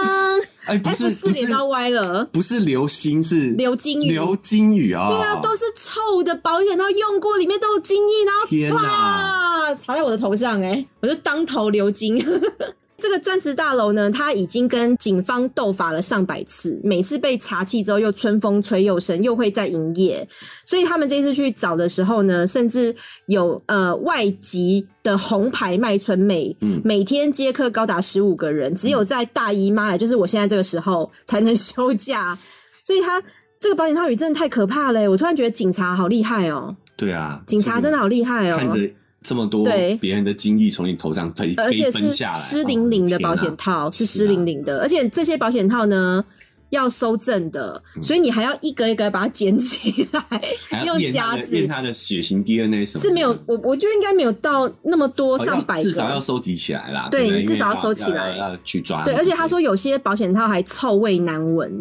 哎，不是 F 四不是连到歪了，不是流星，是流金雨。流金雨啊！对啊，都是臭的保险套，用过里面都有精液，然后天哪啪擦在我的头上、哎，我就当头流金。 这个钻石大楼呢，它已经跟警方斗法了上百次，每次被查气之后又春风吹又生，又会再营业。所以他们这次去找的时候呢，甚至有呃外籍的红牌卖春妹，嗯每天接客高达十五个人，只有在大姨妈来，就是我现在这个时候才能休假。 所以他这个保险套语真的太可怕了耶、我突然觉得警察好厉害哦、对啊，警察真的好厉害哦、看着这么多对别人的金玉从你头上飞而且飞奔是下来，湿淋淋的保哦险，套，是是湿啊淋淋的，而且这些保险套呢要收正的，嗯所以你还要一个一个把它捡起 来，天哪还要用验他夹的子验他的血型 DNA 什么的是没有，我我觉得应该没有到那么多哦要上百个，至少要收集起来啦。对不你至少因为要收起来要要去抓。对，而且他，说有些保险套还臭味难闻，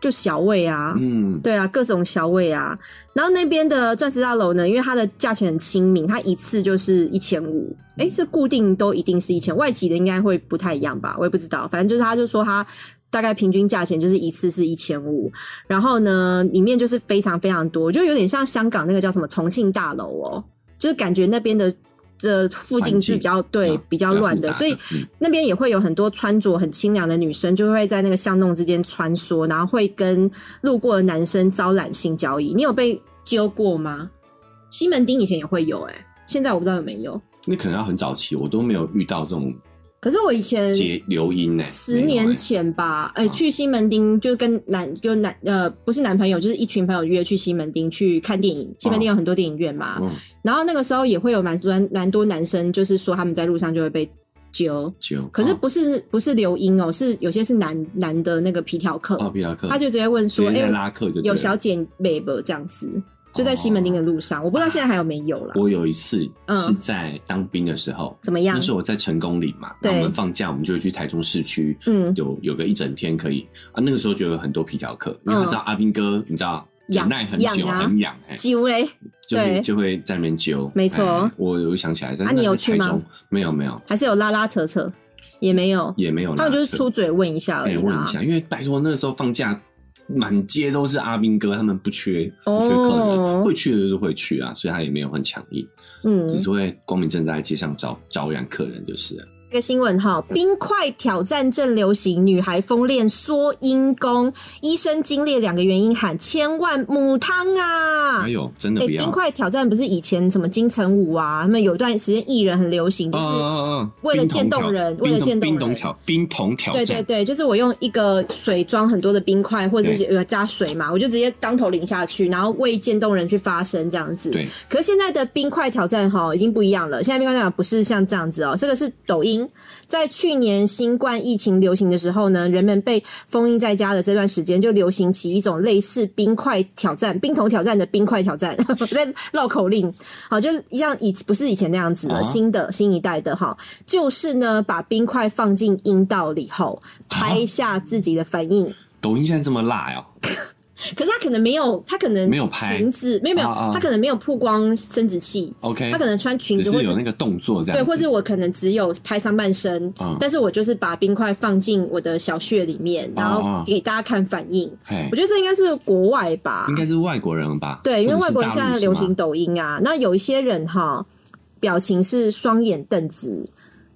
就小味啊。嗯，对啊，各种小味啊。然后那边的钻石大楼呢，因为它的价钱很亲民，它一次就是一千五。哎，这固定都一定是一千，外籍的应该会不太一样吧？我也不知道，反正就是他就说他大概平均价钱就是一次是一千五。然后呢，里面就是非常非常多，就有点像香港那个叫什么重庆大楼哦，就是感觉那边的。这附近是比较对嗯比较乱复的，杂所以嗯那边也会有很多穿着很清凉的女生，就会在那个巷弄之间穿梭，然后会跟路过的男生招揽性交易。你有被揪过吗？西门町以前也会有、欸，现在我不知道有没有。那可能要很早期，我都没有遇到这种可是我以前结流音呢。十年前前吧，哎、啊去西门町就跟男就男呃不是男朋友，就是一群朋友约去西门町去看电影。西门町有很多电影院嘛，嗯，然后那个时候也会有蛮多蛮多男生，就是说他们在路上就会被揪。就可是哦不是、不是留音哦，是有些是男男的那个皮条客，哦，皮拉克，他就直接问直说：“接哎、在拉客就对有了小姐妹不？”这样子，就在西门町的路上，我不知道现在还有没有啦。啊我有一次是嗯在当兵的时候，怎么样那？时候我在成功里嘛，那对我们放假我们就会去台中市区，嗯有有个一整天可以啊。那个时候就有很多皮条客，因为他知道阿兵哥，你知道忍痒耐很久痒嗯啊很痒，哎，几位就会对就会在那边揪。没错哎我有想起来，但啊你有那是去台吗中？没有没有，还是有拉拉扯扯，也没有，也没有他拉扯。们就是出啊嘴问一下而哎，已问啦一。下，因为拜托那时候放假。满街都是阿兵哥，他们不缺不缺客人，哦会去的就是会去啊，所以他也没有很强硬，嗯，只是会光明正大在街上招招揽客人就是了。这个新闻哈，冰块挑战正流行，女孩疯练缩阴功，医生经历两个原因喊千万母汤啊！哎呦，真的哎、不要！冰块挑战不是以前什么金城武啊，他们有一段时间艺人很流行，就是、啊为了渐冻人为了渐冻冰人桶挑冰桶挑对战，对对，就是我用一个水装很多的冰块，或者是呃加水嘛，我就直接当头淋下去，然后为渐冻人去发声这样子。对可是现在的冰块挑战哈已经不一样了，现在冰块挑战不是像这样子哦，这个是抖音。在去年新冠疫情流行的时候呢，人们被封印在家的这段时间，就流行起一种类似冰块挑战、冰桶挑战的冰块挑战， 我在绕口令。好，就像以不是以前那样子了，啊新的新一代的哈，就是呢把冰块放进阴道里后，拍下自己的反应。抖音现在这么辣呀、可是他可能没有，他可能没有拍裙子，没有没有，啊啊他可能没有曝光生殖器， OK，他可能穿裙只子或是是有那个动作这样对，子，或者我可能只有拍上半身，嗯但是我就是把冰块放进我的小穴里面，然哦后给大家看反应。嘿我觉得这应该是国外吧，哎应该是外国人吧？对，因为或者外是国人大现陆在是流吗行抖音啊，那有一些人哈，表情是双眼瞪直、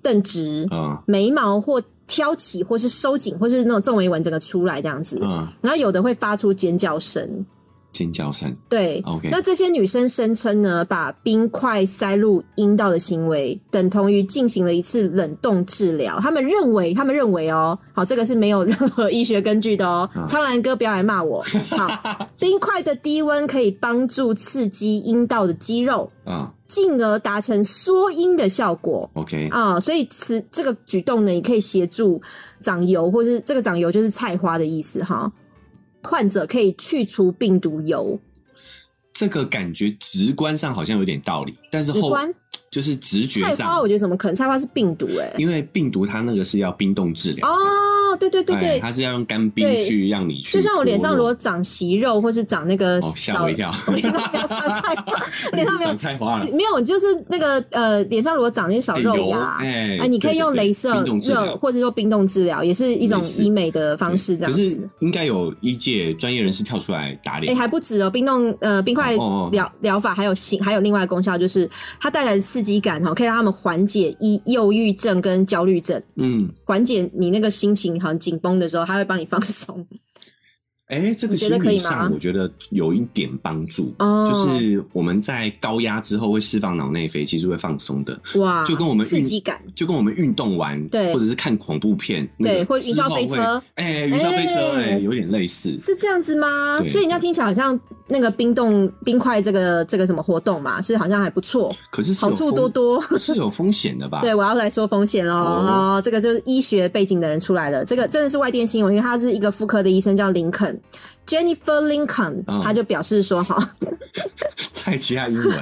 瞪直，嗯眉毛或挑起，或是收紧，或是那种皱眉纹整个出来这样子，嗯，然后有的会发出尖叫声，尖叫声对。 ，OK，那这些女生声称呢，把冰块塞入阴道的行为等同于进行了一次冷冻治疗。他们认为，他们认为哦，好，这个是没有任何医学根据的哦。嗯苍兰哥，不要来骂 我。好，冰块的低温可以帮助刺激阴道的肌肉，嗯进而达成缩阴的效果。 ，OK，啊、所以此这个举动呢，也可以协助长疣，或是这个长疣就是菜花的意思哈。患者可以去除病毒疣，这个感觉直观上好像有点道理，但是直后观就是直觉菜花上我，觉得怎么可能？菜花是病毒哎、因为病毒它那个是要冰冻治疗，哦，对对对哎对，它是要用干冰对去让你去脱就落，像我脸上如果长息肉，或是长那个哦吓小 我一，跳，我脸上没有长菜 花，脸上没有长。菜花了，没有，就是那个呃，脸上如果长那些小哎肉有芽，哎啊，你可以对对用对镭射冰冻治热，疗。或者说冰冻治疗，也是一种类似医美的方式，这样嗯可子。是应该有医界专业人士跳出来打哎、脸，还不止哦，冰冻呃冰块哦哦哦疗疗法还有新还有另外的功效，就是它带来的刺激感哈，哦可以让他们缓解抑忧郁症跟焦虑症，嗯，缓解你那个心情好像紧绷的时候，它会帮你放松。哎，这个你觉得心可以理上吗我觉得有一点帮助，哦 就是我们在高压之后会释放脑内啡，其实会放松的，哦哇，就跟我们刺运激感，就跟我们运动完，对或者是看恐怖片，那对个或者云霄之后飞会车，哎，云霄飞车，哎哎，有点类似，是这样子吗？对所以人家听起来好像那个冰冻冰块这个这个什么活动嘛，是好像还不错，可是是好有处风多，多。是有风险的吧？对，我要来说风险喽、哦哦，这个就是医学背景的人出来了，这个真的是外电新闻，因为他是一个妇科的医生，叫林肯 Jennifer Lincoln，、嗯他就表示说哈， 蔡奇亚英文，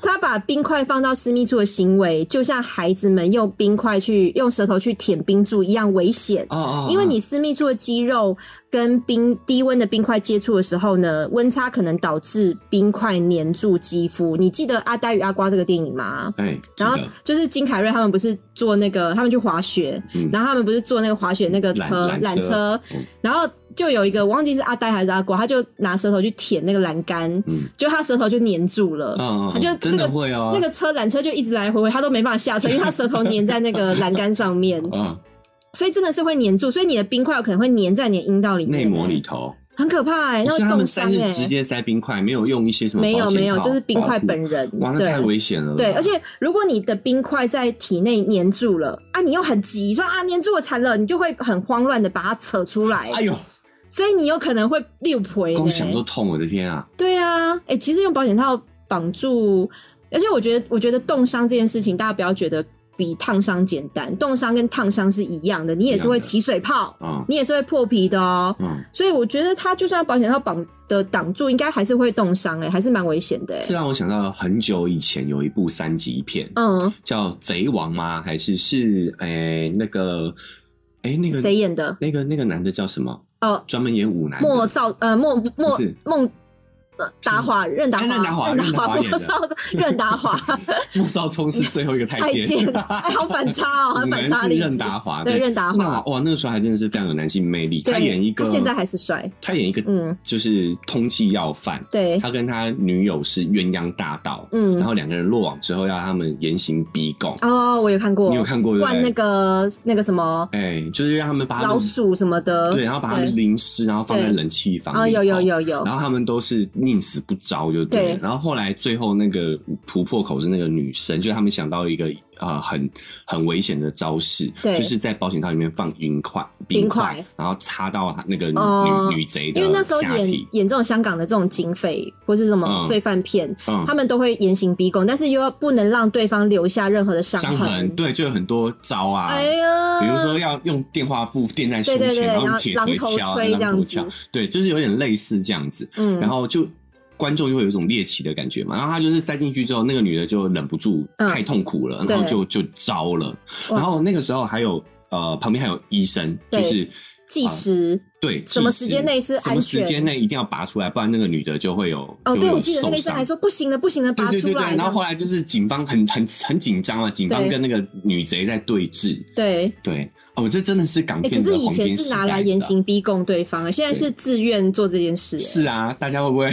他把冰块放到私密处的行为，就像孩子们用冰块去用舌头去舔冰柱一样危险。哦哦，因为哦你私密处的肌肉跟冰低温的冰块接触的时候呢，温差可能导致冰块粘住肌肤。你记得《阿呆与阿瓜》这个电影吗？哎，然后记得就是金凯瑞他们不是坐那个，他们去滑雪，嗯然后他们不是坐那个滑雪那个车缆缆缆车车，嗯然后就有一个我忘记是阿呆还是阿瓜，他就拿舌头去舔那个栏杆，嗯就他舌头就粘住了，嗯，他就嗯真那的个会哦，那个车缆车就一直来回回，他都没办法下车，因为他舌头粘在那个栏杆上面，嗯所以真的是会粘住，所以你的冰块有可能会粘在你的阴道里面、内膜里，头，哦很可怕哎、那所会以他冻们塞伤是哎、直接塞冰块，没有用一些什么没有保险没有，套就是冰块保护本人，哇，那对太危险了。对，而且如果你的冰块在体内粘住了啊，你又很急，说啊粘住我残了，你就会很慌乱的把它扯出来，哎呦，所以你有可能会六回呢。光想都痛，我的天啊！对啊，哎、其实用保险套绑住，而且我觉得，我觉得冻伤这件事情，大家不要觉得比烫伤简单，冻伤跟烫伤是一样的，你也是一会样的起水泡，嗯你也是会破皮的哦。嗯，所以我觉得它就算保险套绑的挡住，应该还是会冻伤，哎，还是蛮危险的、哎这让我想到很久以前有一部三级片，嗯，叫《贼王》吗？还是是哎、那个哎、那个谁演的？那个那个男的叫什么？哦，专门演舞男的莫少呃莫莫不是孟呃达华任达哎任达华华任达任达华演的莫少任达华莫少聪是最后一个太 太监 监，，哎，好反 差哦，舞很反男差是例任子。达华，对任达华那哇，那个时候还真的是非常有男性魅力。对他演一个，他现在还是帅他演一个，嗯就是通缉要犯，对，他跟他女友是鸳鸯大盗，嗯然后两个人落网之后要他们严刑逼供，哦，我有看过，你有看过对不对灌那个那个什么哎、就是让他们把他老们鼠什么的，对，然后把他们对淋湿，然后放在对冷气房哦，里有头有有有然，后他们都是宁死不招，就对了。对然后后来最后那个突破口是那个女生，就是他们想到一个呃很很危险的招式，对就是在保险套里面放冰块，冰块块，然后插到她那个女、哦女女贼的因为那时候下体演。演这种香港的这种警匪或是什么嗯罪犯片，嗯他们都会严刑逼供，但是又要不能让对方留下任何的伤伤痕对，就有很多招啊，哎呀，比如说要用电话布垫在胸前，对对对然然后后铁榔锤头敲，吹这样榔头子敲，对，就是有点类似这样子。嗯，然后就观众就会有一种猎奇的感觉嘛。然后他就是塞进去之后，那个女的就忍不住嗯太痛苦了，对然后就就招了。哇然后那个时候还有呃，旁边还有医生，就对是计时，对，什么时间内是什么安全啊时间内一定要拔出来，不然那个女的就会有哦，就会对，有我记得那个医受生伤还说不行了，不行了，拔对对出对对，来。然后后来就是警方很很很紧张啊，警方对跟那个女贼在对峙。对，对，哦，这真的是港哎、片可是的以黄前金是时拿代来你知严道刑逼供对方，啊现在是自愿做这件事、哎是啊，大家会不会？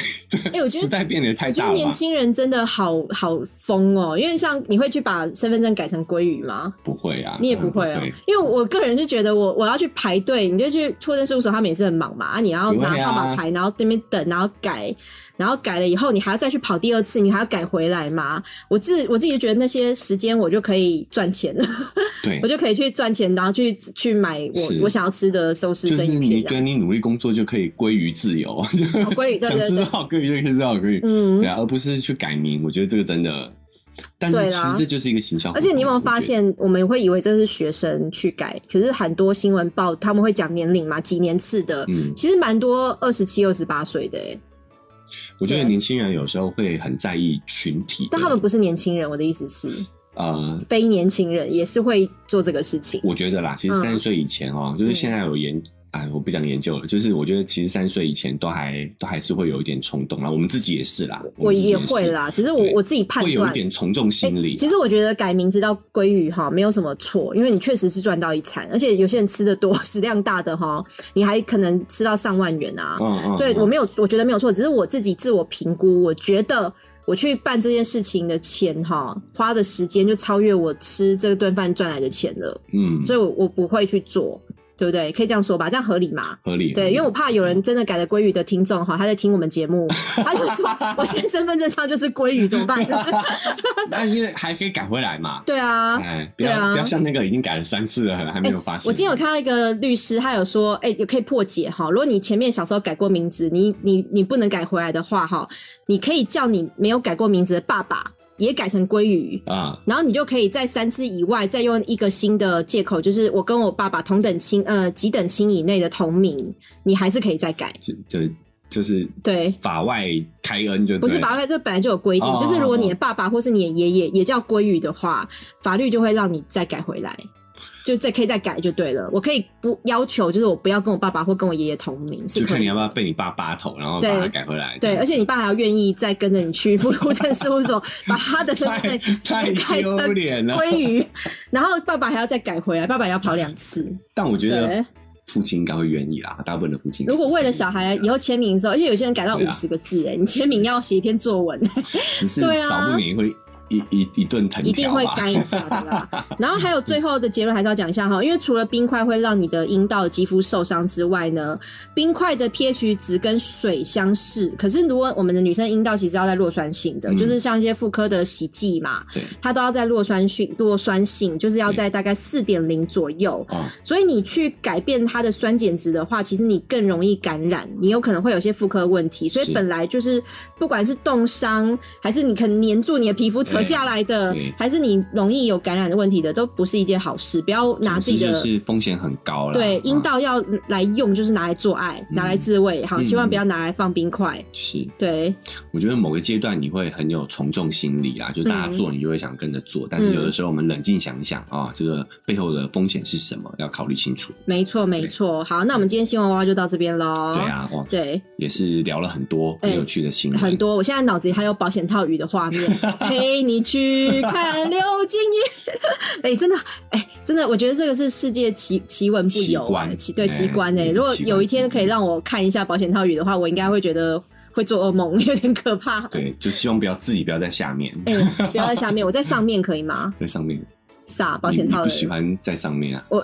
哎、我觉得 时代变得也太我觉大得了年吧？轻人真的好好疯哦，因为像你会去把身份证改成鲑鱼吗？不会啊，你也当不然会哦，因为我个人就觉得我我要去排队，你就去出证事务所，他们也是很忙嘛，啊，你要拿对啊号码牌，然后那边等，然后改，然后改了以后，你还要再去跑第二次，你还要改回来嘛。我自我自己就觉得那些时间我就可以赚钱了， 对我，就可以去赚钱，然后去去买是我我想要吃的寿司就生是鱼你片这对样。你努力工作就可以归于自由，鲑哦鱼对 想对吃对多少鲑鱼就可以吃多少鲑鱼，嗯对，啊，而不是去改名。我觉得这个真的，但是对其啦实这就是一个形象。而且你有没有发我觉得？现，我们会以为这是学生去改，可是很多新闻报他们会讲年龄嘛，几年次的，嗯，其实蛮多二十七、二十八岁的、欸，我觉得对年轻人有时候会很在意群体的，但他们不是年轻人，我的意思是，呃，非年轻人也是会做这个事情。我觉得啦，其实嗯三十岁以前哦、就是现在有研，哎，我不想研究了。就是我觉得其实三十岁以前都还都还是会有一点冲动啦，我们自己也是啦，我们自己也也会是，啦，只是我对我自己判会有一断。哎点啊从众心理。其实我觉得改名字到鲑鱼哈没有什么错，因为你确实是赚到一餐，而且有些人吃的多，食量大的哈，你还可能吃到上万元啊。嗯嗯，对嗯我没有，我觉得没有错，只是我自己自我评估，我觉得我去办这件事情的钱哈，花的时间就超越我吃这顿饭赚来的钱了，嗯，所以我我不会去做，对不对？可以这样说吧，这样合理吗？合理。合对，理因为我怕有人真的改了鲑鱼的听众哈，他在听我们节目，他就说我现在身份证上就是鲑鱼，怎么办？ 那因为还可以改回来 嘛。对啊，哎，不对啊哎要不要像那个已经改了三次了，还没有发现。我今天有看到一个律师，他有说，哎、也可以破解哈。如果你前面小时候改过名字，你你你不能改回来的话哈，你可以叫你没有改过名字的爸爸也改成鲑鱼。啊，然后你就可以在三次以外，再用一个新的借口，就是我跟我爸爸同等亲，呃，几等亲以内的同名，你还是可以再改。就就就是对，法外开恩就不是对了法律，这本来就有规定，哦就是如果你的爸爸或是你的爷爷也叫鲑鱼的话，法律就会让你再改回来，就再可以再改就对了。我可以不要求，就是我不要跟我爸爸或跟我爷爷同名，是就可看你以要嗯的。不要被你爸扒头，然后把它对改回来。对，而且你爸还要愿意再跟着你去副路政事务 所，把他的身份太证太改成丢脸了。鲑鱼，然后爸爸还要再改回来，爸爸也要跑两次。但我觉对得父亲应该会愿意啊啦，大部分的父亲。如果为了小孩以后签名的时候，而且有些人改到对五啊十个字，哎，你签名要写一篇作文，只是对啊少不免会一一一顿啊藤一定条会吧。干一下的 啦。然后还有最后的结论还是要讲一下哈，因为除了冰块会让你的阴道肌肤受伤之外呢，冰块的 pH 值跟水相似，可是如果我们的女生阴道其实要在弱酸性的，嗯就是像一些妇科的洗剂嘛，对它都要在弱酸性，弱酸性就是嗯要在大概四点零左右。啊，所以你去改变它的酸碱值的话，其实你更容易感染，你有可能会有些妇科问题。所以是本来就是，不管是冻伤，还是你可能粘住你的皮肤扯下来的对对，还是你容易有感染的问题的，都不是一件好事。不要拿自己总的之就是风险很高了。对啊阴道要来用，就是拿来做爱，嗯拿来自慰，好，嗯千万不要拿来放冰块。是，对，我觉得某个阶段你会很有从众心理啊啦，就大家嗯做你就会想跟着做，但是有的时候我们冷静想一想啊，这个背后的风险是什么，要考虑清楚。没错，没错。好，那我们今天新闻娃娃就到这边喽。对啊，哦，对，也是聊了很多很有趣的新闻，很多，我现在脑子里还有保险套鱼的画 面，陪你去看刘金鱼。 哎、真的，哎、真的，我觉得这个是世界奇奇闻不有、奇啊，观奇对哎奇观哎、也是如果奇观有一天之一可以让我看一下保险套鱼的话，我应该会觉得会做噩梦，有点可怕。对，就希望不要自己不要在下面， 哎、不要在下面，我在上面可以吗？在上面，撒保你险你套不的喜欢在上面 啊。我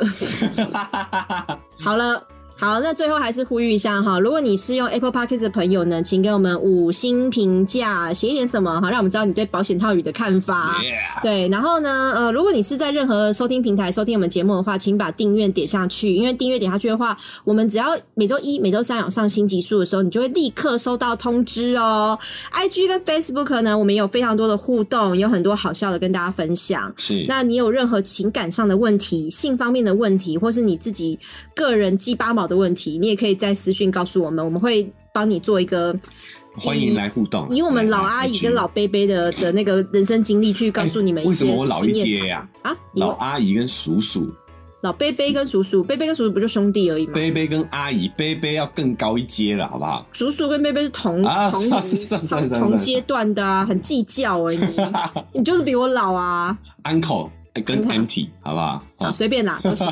好了。好，那最后还是呼吁一下哈，如果你是用 Apple Podcast 的朋友呢，请给我们五星评价，写一点什么哈，让我们知道你对保险套语的看法。 Yeah，对，然后呢，呃，如果你是在任何收听平台收听我们节目的话，请把订阅点下去，因为订阅点下去的话，我们只要每周一、每周三有上新集数的时候，你就会立刻收到通知哦。IG 跟 Facebook 呢，我们有非常多的互动，有很多好笑的跟大家分享。是那你有任何情感上的问题、性方面的问题，或是你自己个人鸡巴毛的问题，你也可以在私讯告诉我们，我们会帮你做一个欢迎来互动，啊以我们老来阿姨 IG 跟老贝贝的的那个人生经历去告诉你们哎为一什些么我老一经验啊届呀、啊，你老阿姨跟叔叔老贝贝跟叔叔，贝贝跟叔叔不就兄弟而已吗？贝贝跟阿姨，贝贝要更高一阶了，好不好？叔叔跟贝贝是同啊同算算算算同算同阶段的啊，很计较而已。 你就是比我老啊， uncle 跟 uncle auntie 好不好？啊哦随便啦都行。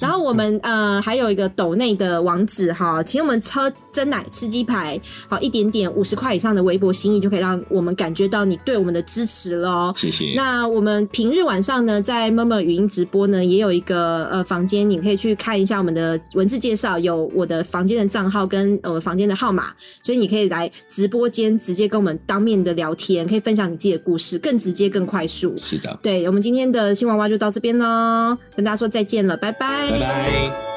然后我们呃还有一个抖内的网址哈，请我们车真奶吃鸡排，好一点点五十块以上的微博心意，就可以让我们感觉到你对我们的支持喽。谢谢。那我们平日晚上呢，在妈妈语音直播呢，也有一个呃房间，你可以去看一下我们的文字介绍，有我的房间的账号跟呃我房间的号码，所以你可以来直播间直接跟我们当面的聊天，可以分享你自己的故事，更直接更快速。是的，对我们今天的新娃娃就到这边喽，跟大家说再见了，拜拜拜拜。